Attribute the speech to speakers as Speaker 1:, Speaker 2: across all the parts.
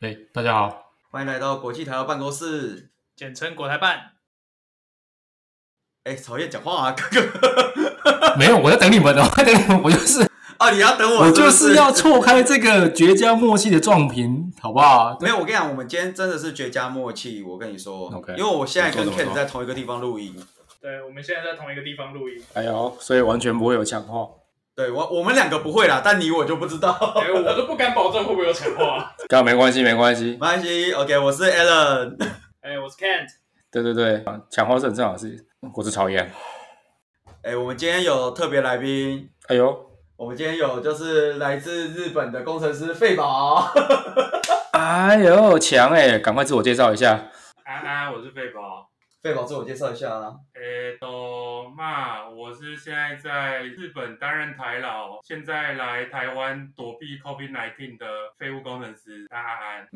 Speaker 1: 哎、大家好，
Speaker 2: 欢迎来到国际台湾办公室。
Speaker 3: 简称国台办。
Speaker 2: 哎，讨厌讲话啊， 哥哥！
Speaker 1: 没有，我在等你们哦，我在等你们，我就是
Speaker 2: 啊，你要等 我
Speaker 1: 我
Speaker 2: 是不
Speaker 1: 就是是要错开这个绝佳默契的撞瓶，好不好？
Speaker 2: 没有，我跟你讲，我们今天真的是绝佳默契。我跟你说
Speaker 1: OK
Speaker 2: 因为我现在跟
Speaker 1: 怎么说怎
Speaker 2: Ken
Speaker 1: 么说
Speaker 2: 在同一个地方录音，
Speaker 3: 对，我们现在在同一个地方录音，
Speaker 1: 哎呦，所以完全不会有强化。
Speaker 2: 对我我们两个不会啦，但你我就不知道。
Speaker 3: 哎、我都不敢保证会不会有抢话。
Speaker 1: 刚没关系，没关系
Speaker 2: 没。关系，OK，我是 Alan。
Speaker 3: 哎、我是 Kent，
Speaker 1: 对对对，强化是很正常的事。我是曹岩。
Speaker 2: 哎，我们今天有特别来宾，
Speaker 1: 哎呦
Speaker 2: 我们今天有就是来自日本的工程师费宝。
Speaker 1: 哎呦，强哎、赶快自我介绍一下。
Speaker 4: 安安，我是费宝。
Speaker 2: 费宝自我介绍一下啊。
Speaker 4: 诶，都嘛，我是现在在日本担任台老，现在来台湾躲避 COVID-19 的废物工程师安安。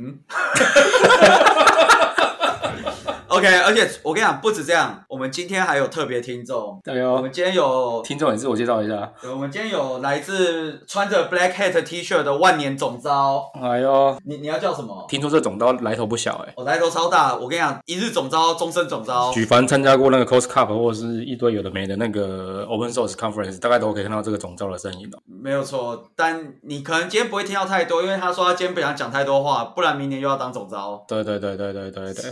Speaker 2: OK，而且我跟你讲，不止这样，我们今天还有特别听众。
Speaker 1: 哎
Speaker 2: 我
Speaker 1: 呦
Speaker 2: 们，今天有
Speaker 1: 听众也自我介绍一下。
Speaker 2: 对，我们今天有来自穿着 black hat T 恤的万年总招，
Speaker 1: 哎呦，
Speaker 2: 你你要叫什么？
Speaker 1: 听说这总刀来头不小哎、
Speaker 2: 我来头超大，我跟你讲，一日总招，终身总招。
Speaker 1: 举凡参加过那个 Cos Cup 或者是一堆有的没的那个 Open Source Conference，大概都可以看到这个总招的身影哦。
Speaker 2: 没有错，但你可能今天不会听到太多，因为他说他今天不想讲太多话，不然明年又要当总招。
Speaker 1: 对对对对对对对。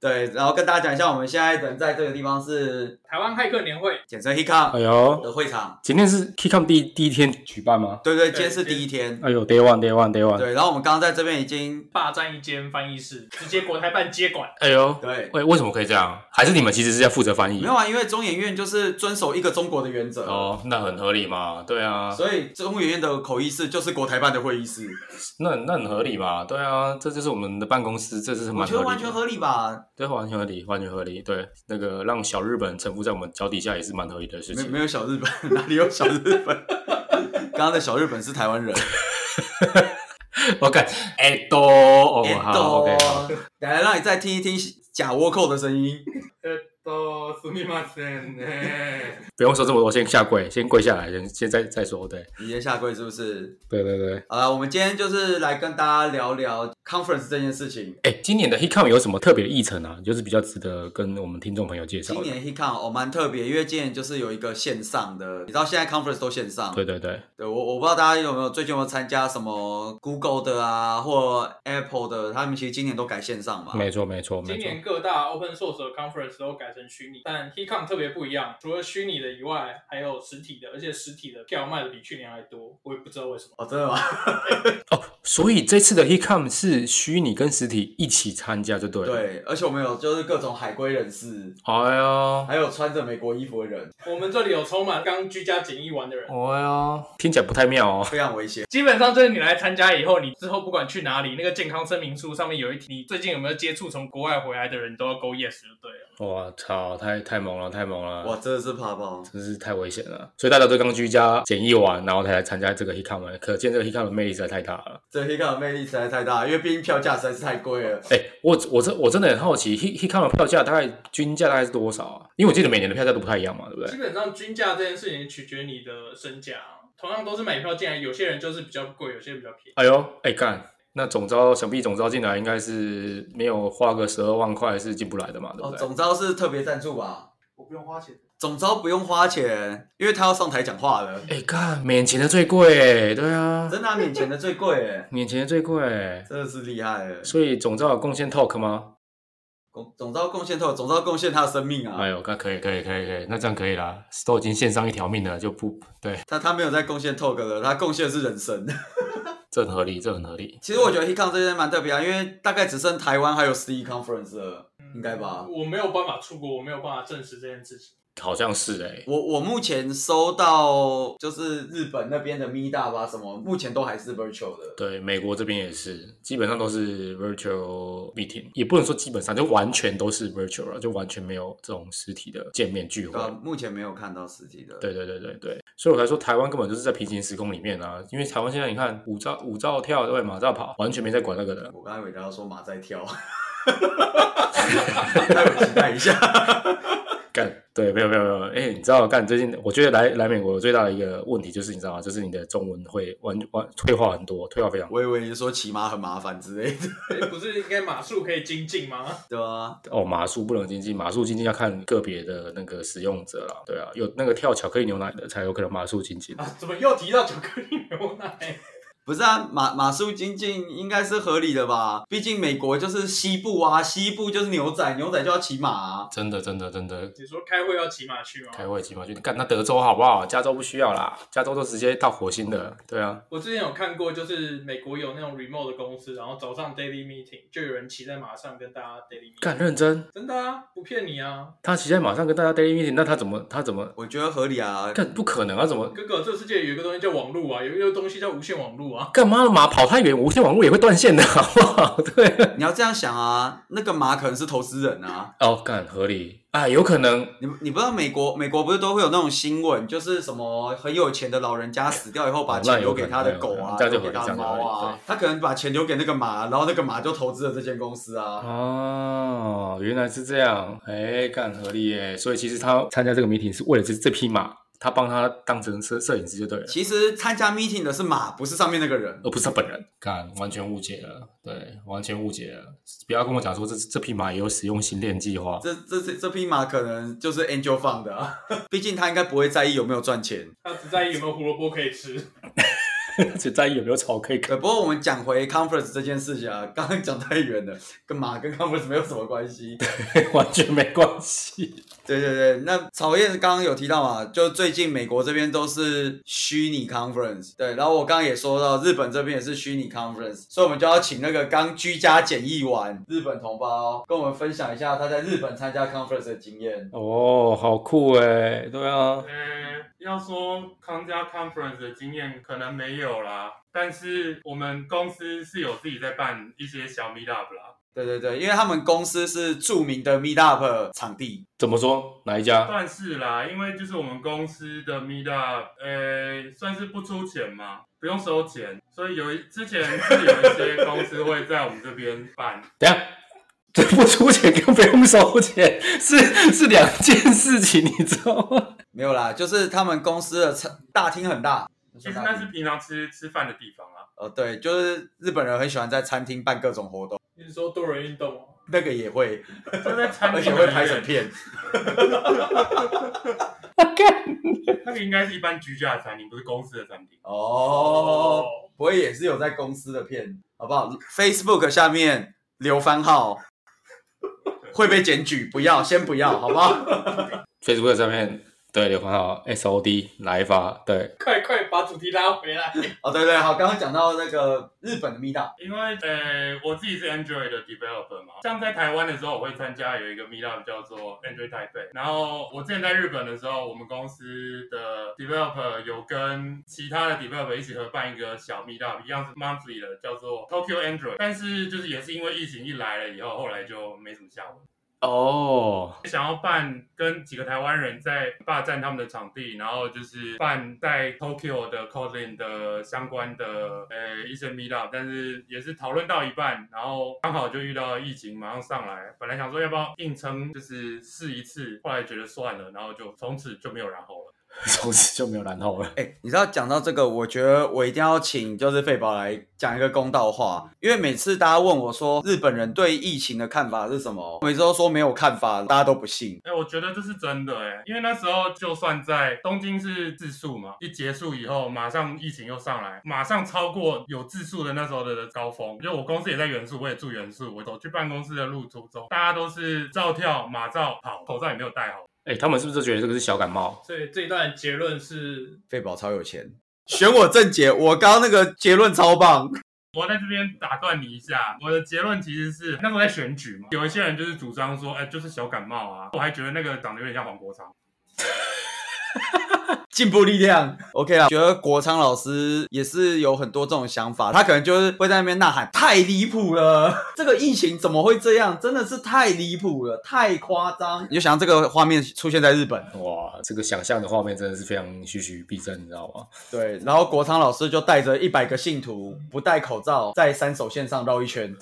Speaker 2: 对，然后跟大家讲一下，我们现在人在这个地方是
Speaker 3: 台湾骇客年会，
Speaker 2: 简称 Hicam
Speaker 1: 哎呦，
Speaker 2: 的会场，
Speaker 1: 今天是 KCON 第第一天举办吗？
Speaker 2: 对对，
Speaker 3: 对
Speaker 2: 今天是嗯第一天。
Speaker 1: 哎呦，Day One，Day One，Day One。
Speaker 2: 对，然后我们刚刚在这边已经
Speaker 3: 霸占一间翻译室，直接国台办接管。
Speaker 1: 哎呦，
Speaker 2: 对，
Speaker 1: 为为什么可以这样？还是你们其实是在负责翻译
Speaker 2: 没？有啊，因为中研院就是遵守一个中国的原则，
Speaker 1: 哦，那很合理嘛，对啊，
Speaker 2: 所以中研院的口译室就是国台办的会议室。
Speaker 1: 那那很合理嘛，对啊，这就是我们的办公室，这是
Speaker 2: 我
Speaker 1: 蛮
Speaker 2: 觉得
Speaker 1: 合
Speaker 2: 完
Speaker 1: 理
Speaker 2: 全
Speaker 1: 的，
Speaker 2: 合理吧，
Speaker 1: 对，完全合理，完全合理，对，那个让小日本臣服在我们脚底下也是蛮合理的事
Speaker 2: 没
Speaker 1: 情
Speaker 2: 没。有小日本， 哪里有小日本？ 刚刚的小日本是台湾人，
Speaker 1: OK，哎都，哦
Speaker 2: 哎
Speaker 1: 好，OK，好
Speaker 2: 都来让你再听一听假倭寇的声音。
Speaker 4: 诶， 都哎すみませんね。
Speaker 1: 不用说这么多，先下跪，先跪下来，先先再再说，对，
Speaker 2: 你先下跪是不是？
Speaker 1: 对对对。
Speaker 2: 好了，我们今天就是来跟大家聊聊 conference 这件事情。
Speaker 1: 哎，今年的 HicCon 有什么特别的议程啊？就是比较值得跟我们听众朋友介绍
Speaker 2: 今
Speaker 1: 的。
Speaker 2: 年 HicCon 哦蛮特别，因为今年就是有一个线上的，你知道现在 conference 都线上。
Speaker 1: 对对对，
Speaker 2: 对我我不知道大家有没有最近有没有参加什么 Google 的啊，或 Apple 的，他们其实今年都改线上嘛。
Speaker 1: 没错没错
Speaker 3: 今
Speaker 1: 没错。
Speaker 3: 年各大 open source 的 conference 都改成虚拟，但 HeCon 特别不一样，除了虚拟的以外，还有实体的，而且实体的票卖的比去年还多，我也不知道为什么。
Speaker 2: 哦，真的吗？
Speaker 1: 哦，所以这次的 HicCom 是虚拟跟实体一起参加，就对了。。
Speaker 2: 对，而且我们有就是各种海归人士，
Speaker 1: 哎呀，
Speaker 2: 还有穿着美国衣服的人，
Speaker 3: 我们这里有充满刚居家检疫完的人。
Speaker 1: 哎呀，听起来不太妙哦。
Speaker 2: 非常危险。
Speaker 3: 基本上就是你来参加以后，你之后不管去哪里，那个健康声明书上面有一题，你最近有没有接触从国外回来的人都要勾 yes 就对了。
Speaker 1: 我操，太太猛了，太猛了，
Speaker 2: 哇，真的是怕爆！
Speaker 1: 真是太危险了。所以大家都刚居家检疫完，然后才来参加这个 HicCom，可见这个 HicCom 的魅力实在太大了。
Speaker 2: 这 h i c a 的魅力实在太大，因为毕竟票价实在是太贵 了。
Speaker 1: 哎，我我真我真的很好奇，Hic HicCom 的票价大概均价大概是多少啊？因为我记得每年的票价都不太一样嘛，对不
Speaker 3: 基
Speaker 1: 对？
Speaker 3: 本上均价这件事情取决你的身价啊，同样都是买票进来，有些人就是比较贵，有些比较便宜。
Speaker 1: 哎呦，哎干。那总招想必总招进来应该是没有花个十二万块是进不来的嘛，对不
Speaker 2: 哦，
Speaker 1: 对？
Speaker 2: 总招是特别赞助吧？
Speaker 3: 我不用花钱。
Speaker 2: 总招不用花钱，因为他要上台讲话 了。
Speaker 1: 哎、干，免钱的最贵哎，对啊，
Speaker 2: 真的、啊，免钱的最贵耶，
Speaker 1: 免钱的最贵哎，
Speaker 2: 真的是厉 害耶！
Speaker 1: 所以总招有贡献 talk 吗？
Speaker 2: 总总招贡献透，总招贡献他的生命
Speaker 1: 哎
Speaker 2: 啊，
Speaker 1: 呦，那可以可以可以可以，那这样可以啦，都已经献上一条命了，就不对，
Speaker 2: 他他没有在贡献 talk 了，他贡献的是人生。
Speaker 1: 这很合理，这很合理。
Speaker 2: 其实我觉得 HicCon 这边蛮特别啊，因为大概只剩台湾还有 CE conference 了，
Speaker 1: 嗯
Speaker 2: 应该吧？
Speaker 3: 我没有办法出国，我没有办法证实这件事情。
Speaker 1: 好像是哎、
Speaker 2: 我我目前收到就是日本那边的 Mi 大吧，什么目前都还是 virtual 的。
Speaker 1: 对，美国这边也是，基本上都是 virtual meeting，也不能说基本上，就完全都是 virtual 了，就完全没有这种实体的见面聚会
Speaker 2: 对、。啊，目前没有看到实体的。，
Speaker 1: 对对对对对，所以我才说台湾根本就是在平行时空里面啊，因为台湾现在你看五照五照跳对马照跑，完全没在管那个的。
Speaker 2: 我刚才以为他要说马在跳，待会期待一下。
Speaker 1: 干对，没有没有没有，哎、你知道干最近我觉得来来美国最大的一个问题就是你知道吗？就是你的中文会完完退化很多，退化非常多。
Speaker 2: 我以为你说骑马很麻烦之类的，
Speaker 3: 诶不是应该马术可以精进吗？
Speaker 2: 对啊，
Speaker 1: 哦，马术不能经济，马术经济要看个别的那个使用者啦。对啊，有那个跳巧克力牛奶的才有可能马术经济。
Speaker 3: 啊，怎么又提到巧克力牛奶？
Speaker 2: 不是啊，马马术精进应该是合理的吧？毕竟美国就是西部啊，西部就是牛仔，牛仔就要骑马啊。
Speaker 1: 真的，真的，真的，
Speaker 3: 你说开会要骑马去吗？
Speaker 1: 开会骑马去干那德州好不好？加州不需要啦，加州都直接到火星的。对啊，
Speaker 3: 我之前有看过，就是美国有那种 remote 的公司，然后早上 daily meeting 就有人骑在马上跟大家 daily meeting，
Speaker 1: 干认真，
Speaker 3: 真的啊，不骗你啊，
Speaker 1: 他骑在马上跟大家 daily meeting，那他怎么他怎么
Speaker 2: 我觉得合理啊，
Speaker 1: 干不可能啊？怎么
Speaker 3: 哥哥，这世界有一个东西叫网络啊，有一个东西叫无线网络啊，
Speaker 1: 干嘛马跑太远，无线网络也会断线的，好不好？ 对，
Speaker 2: 你要这样想啊，那个马可能是投资人啊。
Speaker 1: 哦，干合理啊，有可能
Speaker 2: 你你不知道美国美国不是都会有那种新闻，就是什么很有钱的老人家死掉以后，把
Speaker 1: 哦
Speaker 2: 钱
Speaker 1: 那
Speaker 2: 留
Speaker 1: 有可
Speaker 2: 给
Speaker 1: 能
Speaker 2: 他的狗啊，
Speaker 1: 这样就
Speaker 2: 留给
Speaker 1: 合理
Speaker 2: 他的
Speaker 1: 这样就
Speaker 2: 猫
Speaker 1: 合理
Speaker 2: 啊
Speaker 1: 对，
Speaker 2: 他可能把钱留给那个马，然后那个马就投资了这间公司啊。
Speaker 1: 哦，原来是这样，哎，干合理耶。所以其实他参加这个 meeting 是为了这这匹马，他帮他当成摄摄影师就对了，
Speaker 2: 其实参加 meeting 的是马，不是上面那个人。
Speaker 1: 而不是他本人。干，完全误解了，对，完全误解了。不要跟我讲说这这匹马也有使用新恋计划，
Speaker 2: 这这这这匹马可能就是 Angel 放的、啊， 毕竟他应该不会在意有没有赚钱。
Speaker 3: 他只在意有没有胡萝卜可以吃。
Speaker 1: 只在意有没有草可以
Speaker 2: 对，
Speaker 1: 啃。
Speaker 2: 不过我们讲回 Conference 这件事情啊，刚刚讲太远了，跟马跟 Conference 没有什么关系。
Speaker 1: 完全没关系。
Speaker 2: 对对对，那草叶刚刚有提到嘛，就最近美国这边都是虚拟 conference，对，然后我刚刚也说到日本这边也是虚拟 conference，所以我们就要请那个刚居家检疫完日本同胞跟我们分享一下他在日本参加 conference 的经验。
Speaker 1: 哦，好酷哎，对啊，
Speaker 4: 呃，要说康家 conference 的经验可能没有啦，但是我们公司是有自己在办一些小 meetup 啦。
Speaker 2: 对对对，因为他们公司是著名的 meetup 场地，
Speaker 1: 怎么说？哪一家？
Speaker 4: 算是啦，因为就是我们公司的 meetup，呃，算是不出钱嘛，不用收钱，所以有一之前是有一些公司会在我们这边 办，
Speaker 1: 等一下。这不出钱跟不用收钱是是两件事情，你知道吗？
Speaker 2: 没有啦，就是他们公司的场大厅很大。
Speaker 4: 其实那是平常吃吃饭的地方啊
Speaker 2: 呃，
Speaker 4: 啦。
Speaker 2: 对，就是日本人很喜欢在餐厅办各种活动，
Speaker 3: 你是说多人运动哦？
Speaker 2: 那个也会，
Speaker 4: 就在餐
Speaker 2: 而且
Speaker 4: 厅
Speaker 2: 会
Speaker 4: 会
Speaker 2: 拍成片。
Speaker 4: 那个应该是一般居家的餐厅，不是公司的餐厅。
Speaker 2: 哦，不会也是有在公司的片，好不好？Facebook 下面留番号会被检举，不 要，先不要，好不好？
Speaker 1: Facebook 上面对刘环好 SOD 来发对，
Speaker 3: 快快把主题拉回来。
Speaker 2: 哦，对对，好，刚刚讲到那个日本的 Meetup，
Speaker 4: 因为呃，我自己是 Android 的 developer 嘛，像在台湾的时候，我会参加有一个 meetup 叫做 Android 台北。然后我之前在日本的时候，我们公司的 developer 有跟其他的 developer 一起合办一个小 meetup，一样是 monthly 的，叫做 Tokyo Android。但是就是也是因为疫情一来了以后，后来就没什么下文。
Speaker 1: 哦，
Speaker 4: 想要办跟几个台湾人在霸占他们的场地，然后就是办在 Tokyo 的 Kotlin 的相关的呃一些 meetup，但是也是讨论到一半，然后刚好就遇到疫情，马上上来，本来想说要不要硬撑，就是试一次，后来觉得算了，然后就从此就没有然后了。
Speaker 1: 从此就没有然后了。
Speaker 2: 哎，你知道讲到这个，我觉得我一定要请就是费宝来讲一个公道话，因为每次大家问我说日本人对疫情的看法是什么，每次都说没有看法，大家都不信。
Speaker 4: 哎，我觉得这是真的哎，因为那时候就算在东京是自述嘛，一结束以后，马上疫情又上来，马上超过有自述的那时候的高峰。就我公司也在原宿，我也住原宿，我走去办公室的路途中，大家都是照跳、马照跑，口罩也没有戴好。
Speaker 1: 哎，他们是不是就觉得这个是小感冒？
Speaker 3: 所以这一段结论是，
Speaker 2: 费宝超有钱，选我正解，我刚刚那个结论超棒。
Speaker 4: 我在这边打断你一下，我的结论其实是那时候在选举嘛，有一些人就是主张说，哎，就是小感冒啊，我还觉得那个长得有点像黄国昌。
Speaker 2: 进步力量。OK 啦，觉得国昌老师也是有很多这种想法，他可能就是会在那边呐喊，太离谱了， 这个疫情怎么会这样？真的是太离谱了，太夸张。你就想这个画面出现在日本，
Speaker 1: 哇，这个想象的画面真的是非常虚虚逼真，你知道吗？
Speaker 2: 对，然后国昌老 师就带着一百个信徒，不戴口罩，在三手线上绕一圈。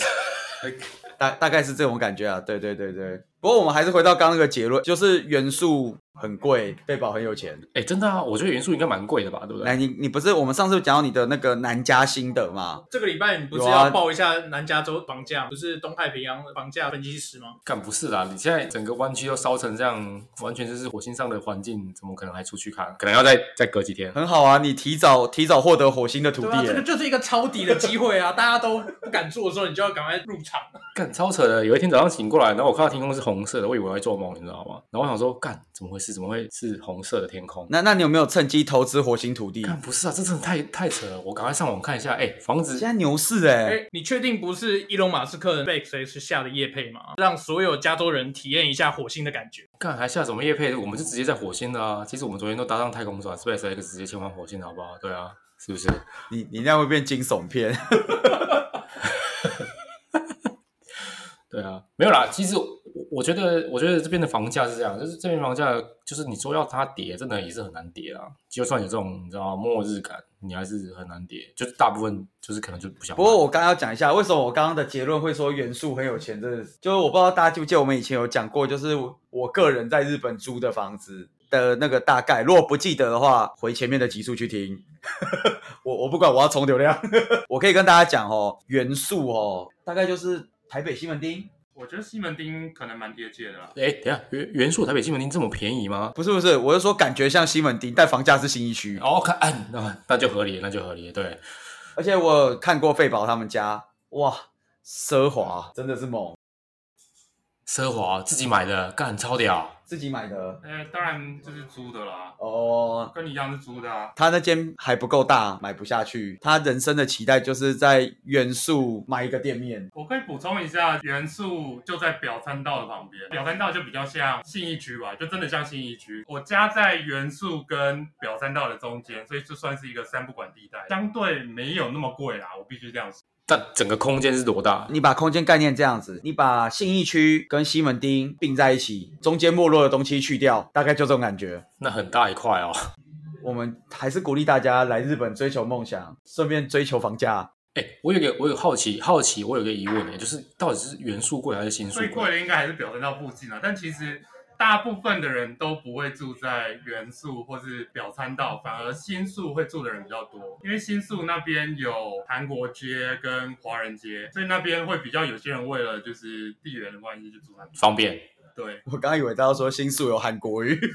Speaker 2: 大大概是这种感觉啊。对对对对。不过我们还是回到刚刚那个结论，就是元素很贵，贝宝很有钱。
Speaker 1: 哎，真的啊，我觉得元素应该蛮贵的吧，对不
Speaker 2: 来，
Speaker 1: 对？
Speaker 2: 你你不是我们上次讲到你的那个南加心得嘛？
Speaker 3: 这个礼拜你不是
Speaker 2: 有啊
Speaker 3: 要报一下南加州房价，不是东太平洋房价分析师吗？
Speaker 1: 干不是啦，你现在整个湾区都烧成这样，完全就是火星上的环境，怎么可能还出去看？可能要再再隔几天。
Speaker 2: 很好啊，你提早提早获得火星的土
Speaker 3: 对
Speaker 2: 地欸
Speaker 3: 啊，
Speaker 2: 耶、
Speaker 3: 这个就是一个抄底的机会啊！大家都不敢做的时候，你就要赶快入场。
Speaker 1: 干超扯的！有一天早上醒过来，然后我看到天空是红色的，我以为我在做梦，你知道吗？然后我想说，干怎么回事？怎么会是红色的天空？
Speaker 2: 那那你有没有趁机投资火星土地？
Speaker 1: 干不是啊，这真的太太扯了！我赶快上网看一下，哎、房子
Speaker 2: 现在牛市哎、
Speaker 3: 哎、你确定不是伊隆马斯克被 X 下的叶配吗？让所有加州人体验一下火星的感觉。
Speaker 1: 干还下什么夜配？我们是直接在火星的啊！其实我们昨天都搭上太空船，SpaceX 直接前往火星的好不好？对啊，是不是？
Speaker 2: 你你那样会变惊悚片。
Speaker 1: 对啊，没有啦。其实我我觉得，我觉得这边的房价是这样，就是这边房价，就是你说要它跌，真的也是很难跌啊。就算有这种你知道末日感，你还是很难跌。就是大部分就是可能就不想买。
Speaker 2: 不过我刚刚要讲一下，为什么我刚刚的结论会说元素很有钱，真的是就是我不知道大家记不记得我们以前有讲过，就是我个人在日本租的房子的那个大概，如果不记得的话，回前面的集数去听。 我我不管，我要冲流量。 我可以跟大家讲哦，元素哦，大概就是台北西门町，
Speaker 4: 我觉得西门町可能蛮贴切的啦。
Speaker 1: 哎，等一下，元元素台北西门町这么便宜吗？
Speaker 2: 不是不是，我是说感觉像西门町，但房价是新一区。
Speaker 1: 哦，看，哎那那就合理，那就合理，对，
Speaker 2: 而且我有看过费宝他们家，哇，奢华真的是猛，
Speaker 1: 奢华自己买的，干超屌，
Speaker 2: 自己买的
Speaker 4: 哎，当然这是租的啦，
Speaker 2: 哦。
Speaker 4: 跟你一样是租的啊。
Speaker 2: 他那间还不够大，买不下去。他人生的期待就是在元素买一个店面。
Speaker 4: 我可以补充一下，元素就在表参道的旁边，表参道就比较像信义区吧，就真的像信义区。我家在元素跟表参道的中间，所以就算是一个三不管地带，相对没有那么贵啦，我必须这样说。
Speaker 1: 但整个空间是多大？
Speaker 2: 你把空间概念这样子，你把信义区跟西门町并在一起，中间没落的东西去掉，大概就这种感觉。
Speaker 1: 那很大一块哦。
Speaker 2: 我们还是鼓励大家来日本追求梦想，顺便追求房价。
Speaker 1: 哎，我有个我有好奇好奇，我有个疑问哎，就是到底是元素贵还是新素
Speaker 4: 最贵
Speaker 1: 贵？
Speaker 4: 的应该还是表参道附近啊，但其实大部分的人都不会住在原宿或是表参道，反而新宿会住的人比较多，因为新宿那边有韩国街跟华人街，所以那边会比较有些人为了就是地缘的关系就住那边。
Speaker 1: 方便
Speaker 4: 对，
Speaker 2: 我刚以为大家说新宿有韩国语。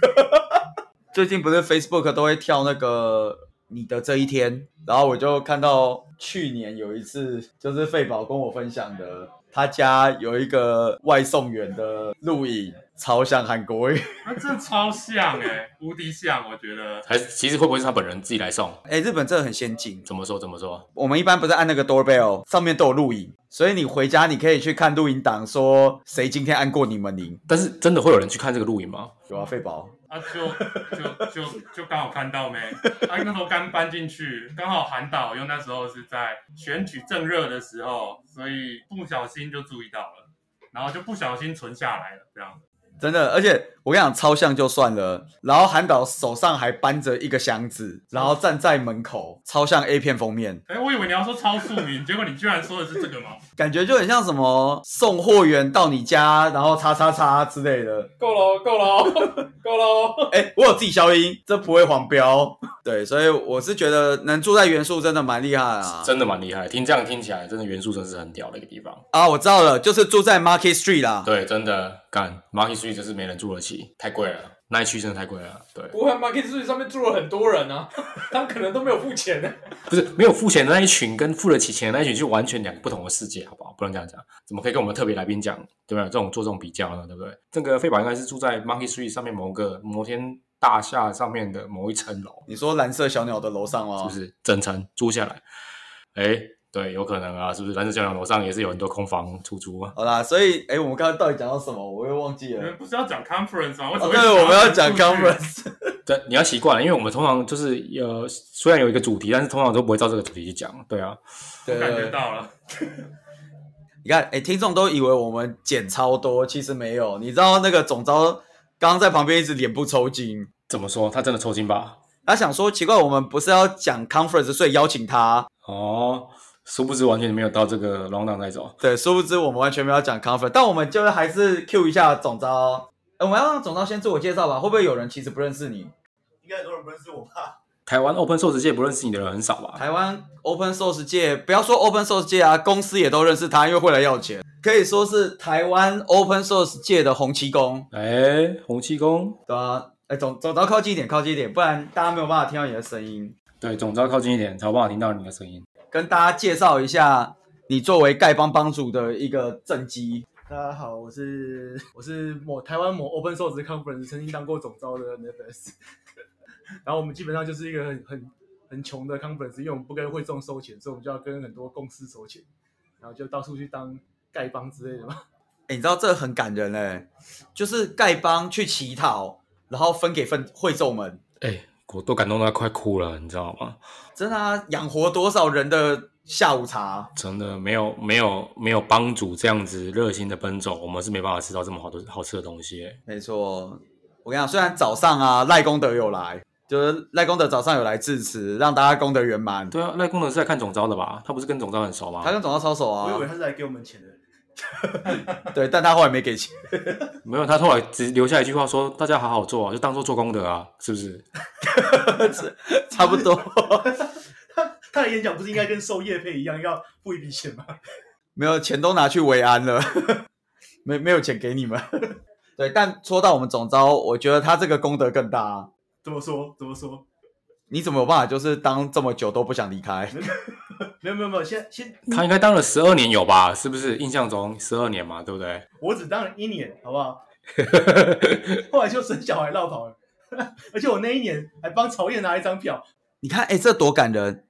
Speaker 2: 最近不是 Facebook 都会跳那个你的这一天，然后我就看到去年有一次，就是费宝跟我分享的，他家有一个外送员的录影，超像韩国语。
Speaker 4: 那真的超像哎、无敌像，我觉得。
Speaker 1: 还是其实会不会是他本人自己来送？
Speaker 2: 哎，日本真的很先进，
Speaker 1: 怎么说怎么说？
Speaker 2: 我们一般不是按那个 doorbell 上面都有录影，所以你回家你可以去看录影档，说谁今天按过你们铃。
Speaker 1: 但是真的会有人去看这个录影吗？
Speaker 2: 有啊，费宝。
Speaker 4: 啊，就就就就刚好看到没？啊，那时候刚搬进去，刚好韩导又那时候是在选举正热的时候，所以不小心就注意到了，然后就不小心存下来了，这样。
Speaker 2: 真的，而且我跟你讲，超像就算了，然后韩导手上还搬着一个箱子，然后站在门口，超像 A 片封面，
Speaker 4: 哎，我以为你要说超庶民，结果你居然说的是这个吗？
Speaker 2: 感觉就很像什么送货员到你家，然后叉叉叉之类的。
Speaker 3: 够喽，够喽，够哦喽！
Speaker 2: 哎，我有自己消音，这不会黄标。对，所以我是觉得能住在元素真的蛮厉害啊。
Speaker 1: 真的蛮厉害，听这样听起来，真的元素真是很屌的一个地方。
Speaker 2: 啊，我知道了，就是住在 Market Street 啦。
Speaker 1: 对，真的干 Market Street 就是没人住得起，太贵了，那一区真的太贵了。对，
Speaker 3: 不会，Market Street 上面住了很多人啊， 他们可能都没有付钱呢、
Speaker 1: 不是没有付钱的那一群跟付得起钱的那一群是完全两个不同的世界，好不好？不能这样讲，怎么可以跟我们特别来宾讲，对不对？这种做这种比较呢，对不对？这个费宝应该是住在 Monkey Street 上面某个摩天大厦上面的某一层楼，
Speaker 2: 你说蓝色小鸟的楼上吗？
Speaker 1: 是不是整层租下来？哎，对，有可能啊，是不是？蓝色教堂楼上也是有很多空房出租啊。
Speaker 2: 好啦，所以哎，我们刚刚到底讲到什么？我又忘记
Speaker 4: 你
Speaker 2: 了。
Speaker 4: 们不是要讲 conference 吗？我怎
Speaker 2: 哦
Speaker 4: 么、
Speaker 2: 对，我们要讲
Speaker 4: conference？
Speaker 2: conference。
Speaker 1: 对，你要习惯了，因为我们通常就是呃，虽然有一个主题，但是通常都不会照这个主题去讲。对啊，
Speaker 2: 对
Speaker 4: 我
Speaker 2: 对
Speaker 4: 感
Speaker 2: 对
Speaker 4: 觉到了，
Speaker 2: 你看，哎，听众都以为我们剪超多，其实没有。你知道那个总招刚刚在旁边一直脸部抽筋，
Speaker 1: 怎么说？他真的抽筋吧？
Speaker 2: 他想说奇怪，我们不是要讲 conference，所以邀请他，
Speaker 1: 哦，殊不知完全没有到这个 round down 那一种。
Speaker 2: 对，殊不知我们完全没有讲 conference，但我们就是还是 Q 一下总招。呃我们要让总招先自我介绍吧，会不会有人其实不认识你？
Speaker 5: 应该很多人不认识我吧？
Speaker 1: 台湾 open source 界不认识你的人很少吧？
Speaker 2: 台湾 open source 界，不要说 open source 界啊，公司也都认识他，因为会来要钱，可以说是台湾 open source 界的洪七公，
Speaker 1: 哎，洪七公，
Speaker 2: 对啊，哎，总总招靠近一点，靠近一点，不然大家没有办法听到你的声音。
Speaker 1: 对，总之要靠近一点，才有办法听到你的声音。
Speaker 2: 跟大家介绍一下你作为丐帮帮主的一个政绩。
Speaker 5: 大家好，我是我是某台湾某 Open Source Conference 曾经当过总招的 Nevis，然后我们基本上就是
Speaker 2: 哎
Speaker 5: 一个 很很很穷的 conference，因为我们不跟会众收钱，所以我们就要跟很多公司收钱，然后就到处去当丐帮之类的嘛。
Speaker 2: 哎，你知道这很感人嘞、就是丐帮去乞讨，然后分给分会众们，
Speaker 1: 哎，我都感动到快哭了，你知道吗？
Speaker 2: 真的、啊、养活多少人的下午茶。
Speaker 1: 真的没有没有没有帮主这样子热心的奔走，我们是没办法吃到这么好的好吃的东西。
Speaker 2: 没错，我跟你讲，虽然早上啊赖功德有来，就是赖功德早上有来致辞，让大家功德圆满。
Speaker 1: 对啊，赖功能是在看总招的吧？他不是跟总招很熟吗
Speaker 2: 他？跟总要操手
Speaker 5: 我以为
Speaker 2: 啊，
Speaker 5: 他是来给我们钱的，
Speaker 2: 对，但他后来没给钱。
Speaker 1: 没有，他后来只留下一句话说：“大家好好做啊，就当做做功德啊，是不是
Speaker 2: 差不多。
Speaker 5: 他他的演讲不是应该跟收业配一样要付一笔钱吗？
Speaker 2: 没有钱都拿去维安了，没没有钱给你们。 对，但说到我们总招，我觉得他这个功德更大、啊。
Speaker 5: 怎么说？怎么说？
Speaker 2: 你怎么有办法就是当这么久都不想离开？
Speaker 5: 没有没有没有，现在先？”
Speaker 1: 他应该当了十二年有吧？是不是？印象中十二年嘛，对不对？
Speaker 5: 我只当了一年，好不好？后来就生小孩绕跑了， 而且我那一年还帮曹燕拿一张票，
Speaker 2: 你看，哎，这多感人！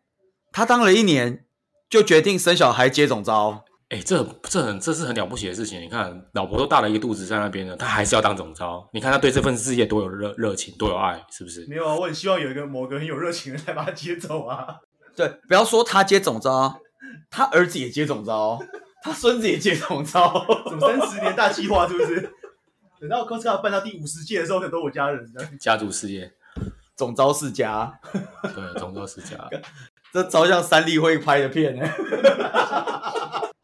Speaker 2: 他当了一年，就决定生小孩接总招。
Speaker 1: 哎，这这很这是很了不起的事情。你看，老婆都大了一个肚子在那边了，他还是要当总招。你看他对这份事业多有热热情，多有爱，是不是？
Speaker 5: 没有啊，我很希望有一个某个很有热情的人来把他接走啊。
Speaker 2: 对，不要说他接总招，他儿子也接总招，他孙子也接总招。
Speaker 5: 什么三十年大计划是不是？ 等到 c o s c a 办到第五十届的时候，可能都我家人这样。
Speaker 1: 家族事业，
Speaker 2: 总招世家，
Speaker 1: 对，总招 世家。
Speaker 2: 这超像三立会拍的片呢、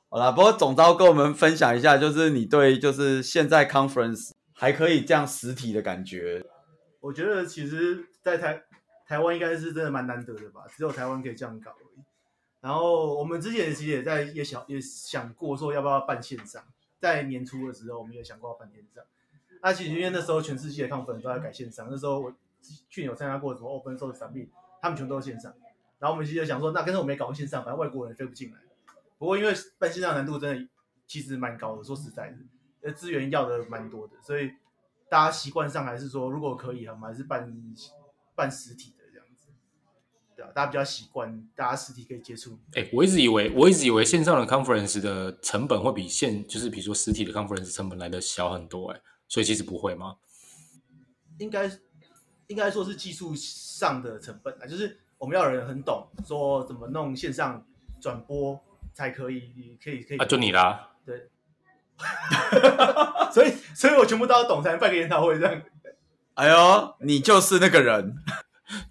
Speaker 2: 好啦，不过总招跟我们分享一下，就是你对就是现在 conference 还可以这样实体的感觉。
Speaker 5: 我觉得其实，在台台湾应该是真的蛮难得的吧，只有台湾可以这样搞而已。然后我们之前其实也在也想也想过说要不要办线上，在年初的时候我们也想过要办线上。那、其实因为那时候全世界的抗粉都在改线上，那时候我去年有参加过什么 Open Source Summit，他们全部都是线上。然后我们其实就想说，那跟着我们也搞个线上，反正外国人飞不进来。不过因为办线上难度真的其实蛮高的，说实在的，呃，资源要的蛮多的，所以大家习惯上还是说，如果可以，我们还是办办实体的这样子，对啊，大家比较习惯，大家实体可以接触。
Speaker 1: 哎、我一直以为，我一直以为线上的 conference 的成本会比线，就是比如说实体的 conference 成本来的小很多、哎，所以其实不会吗？
Speaker 5: 应该应该说是技术上的成本啊，就是我们要有人很懂，说怎么弄线上转播才可以，可以可以
Speaker 1: 啊，就你啦，
Speaker 5: 对，所以所以我全部都要懂才能办个研讨会这样。
Speaker 2: 哎呦，你就是那个人。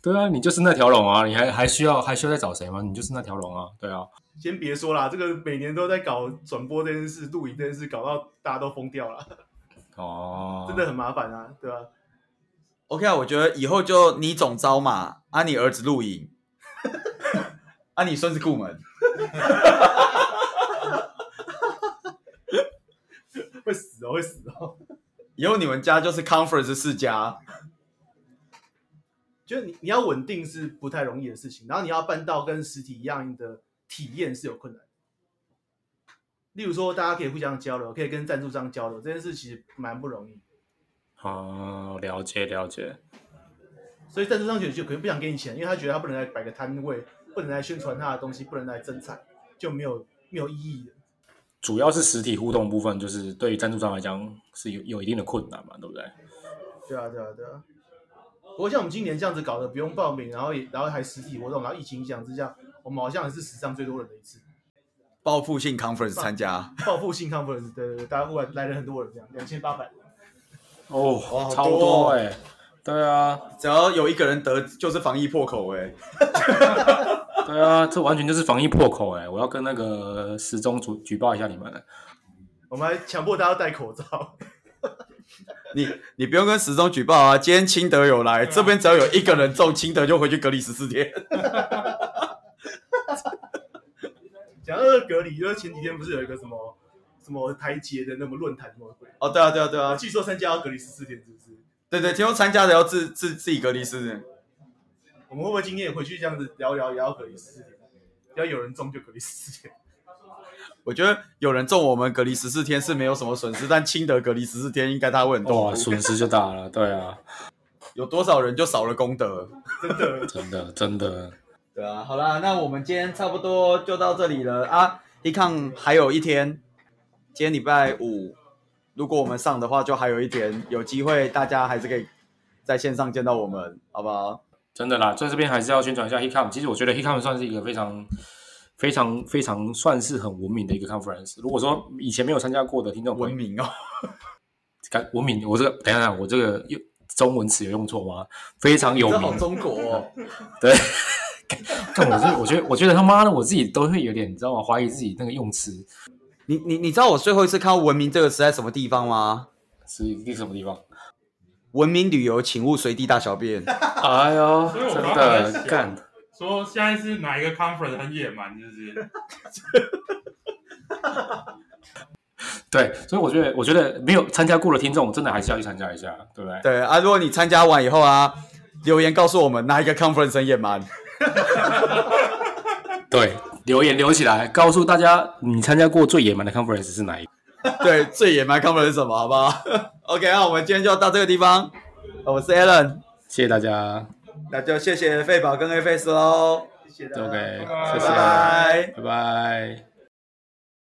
Speaker 1: 对啊，你就是那条龙啊，你还还需要还需要再找谁吗？你就是那条龙啊，对啊，
Speaker 5: 先别说啦，这个每年都在搞转播这件事、录影这件事，搞到大家都疯掉了，
Speaker 1: 哦，
Speaker 5: 真的很麻烦啊，对吧、
Speaker 2: OK 啊，我觉得以后就你总招嘛，啊你儿子录影， 啊你孙子顾门，
Speaker 5: 会死哦，会死哦。
Speaker 2: 以后你们家就是 conference 世家。
Speaker 5: 就是你你要稳定是不太容易的事情，然后你要办到跟实体一样的体验是有困难的。例如说，大家可以互相交流，可以跟赞助商交流，这件事其实蛮不容易。
Speaker 1: 哦，了解了解，
Speaker 5: 所以赞助商觉得就可能不想给你钱，因为他觉得他不能来摆个摊位，不能来宣传他的东西，不能来增产，就没有没有意义的。
Speaker 1: 主要是实体互动部分，就是对于赞助商来讲是有有一定的困难嘛，对不对？
Speaker 5: 对啊，对啊，对啊。不过像我们今年这样子搞的，不用报名，然后也然后还实体活动，然后疫情影响之下，我们好像也是史上最多人的一次
Speaker 2: 报复性 conference 参加，
Speaker 5: 报复性 conference，对对对，大家忽然来了很多人，这样两千八百人。
Speaker 1: 哦，
Speaker 2: 好
Speaker 1: 超
Speaker 2: 多
Speaker 1: 多
Speaker 2: 哦
Speaker 1: 哎、对啊，
Speaker 2: 欸只要有一个人得就是防疫破口哎、
Speaker 1: 对啊，这完全就是防疫破口哎、我要跟那个时钟举举报一下你们了。
Speaker 5: 我们还强迫大家戴口罩，
Speaker 2: 你你不用跟时钟举报啊，今天清德有来，
Speaker 3: 对啊
Speaker 2: 这边只要有一个人中，清德就回去隔离十四天。
Speaker 5: 讲到这个隔离，就是前几天不是有一个什么什么台阶的那么论坛什么鬼， 呃
Speaker 2: 哦，对啊，对啊，对啊，
Speaker 5: 据说三加要隔离十四天，是不是？
Speaker 2: 对对，听说参加的要自自自己隔离十四天。
Speaker 5: 我们会不会今天也回去这样子聊聊，也要隔离十四天？只要有人中就隔离十四天。
Speaker 2: 我觉得有人中我们隔离十四天是没有什么损失，但清德隔离十四天应该他会很
Speaker 1: 哇，
Speaker 2: 痛苦。
Speaker 1: 哦损失就大了，对啊，
Speaker 2: 有多少人就少了功德？
Speaker 1: 真的真的。
Speaker 2: 对啊，好啦，那我们今天差不多就到这里了啊。一抗还有一天，今天礼拜五，如果我们上的话，就还有一天，有机会大家还是可以在线上见到我们，好不好？
Speaker 1: 真的啦，在这边还是要宣传一下 Hecom。其实我觉得 Hecom 算是一个非常、非常、非常算是很文明的一个 conference。如果说以前没有参加过的听众朋
Speaker 2: 文
Speaker 1: 友，
Speaker 2: 明哦，
Speaker 1: 感文明，我这个等一下，我这个用中文词有用错吗？非常有
Speaker 2: 这好
Speaker 1: 名，
Speaker 2: 中国哦。
Speaker 1: 对。 但我是我觉得，我觉得他妈的，我自己都会有点，你知道吗？怀疑自己那个用词
Speaker 2: 你你你知道我最后一次看到“文明”这个词在什么地方吗？
Speaker 1: 是一个什么地方？
Speaker 2: 文明旅游，请勿随地大小便。
Speaker 1: 哎呦，
Speaker 4: 所以我
Speaker 1: 真
Speaker 4: 刚刚在
Speaker 1: 的
Speaker 4: 想
Speaker 1: 干，
Speaker 4: 说现在是哪一个 conference 很野蛮，是不是？
Speaker 1: 对，所以我觉得，我觉得没有参加过的听众，真的还是要去参加一下，对不对？
Speaker 2: 对啊，如果你参加完以后啊，留言告诉我们哪一个 conference 很野蛮。
Speaker 1: 对，留言留起来，告诉大家你参加过最野蛮的 conference 是哪一个。
Speaker 2: 对，最野蛮 conference 是什么？好不好 ？OK，那我们今天就到这个地方。我是 Alan，
Speaker 1: 谢谢大家
Speaker 2: 那就谢谢费宝跟 A Face 喽，
Speaker 5: 谢谢大家。
Speaker 1: ，OK，谢
Speaker 4: 拜
Speaker 2: 拜
Speaker 1: 谢，
Speaker 2: 拜。
Speaker 1: 拜拜。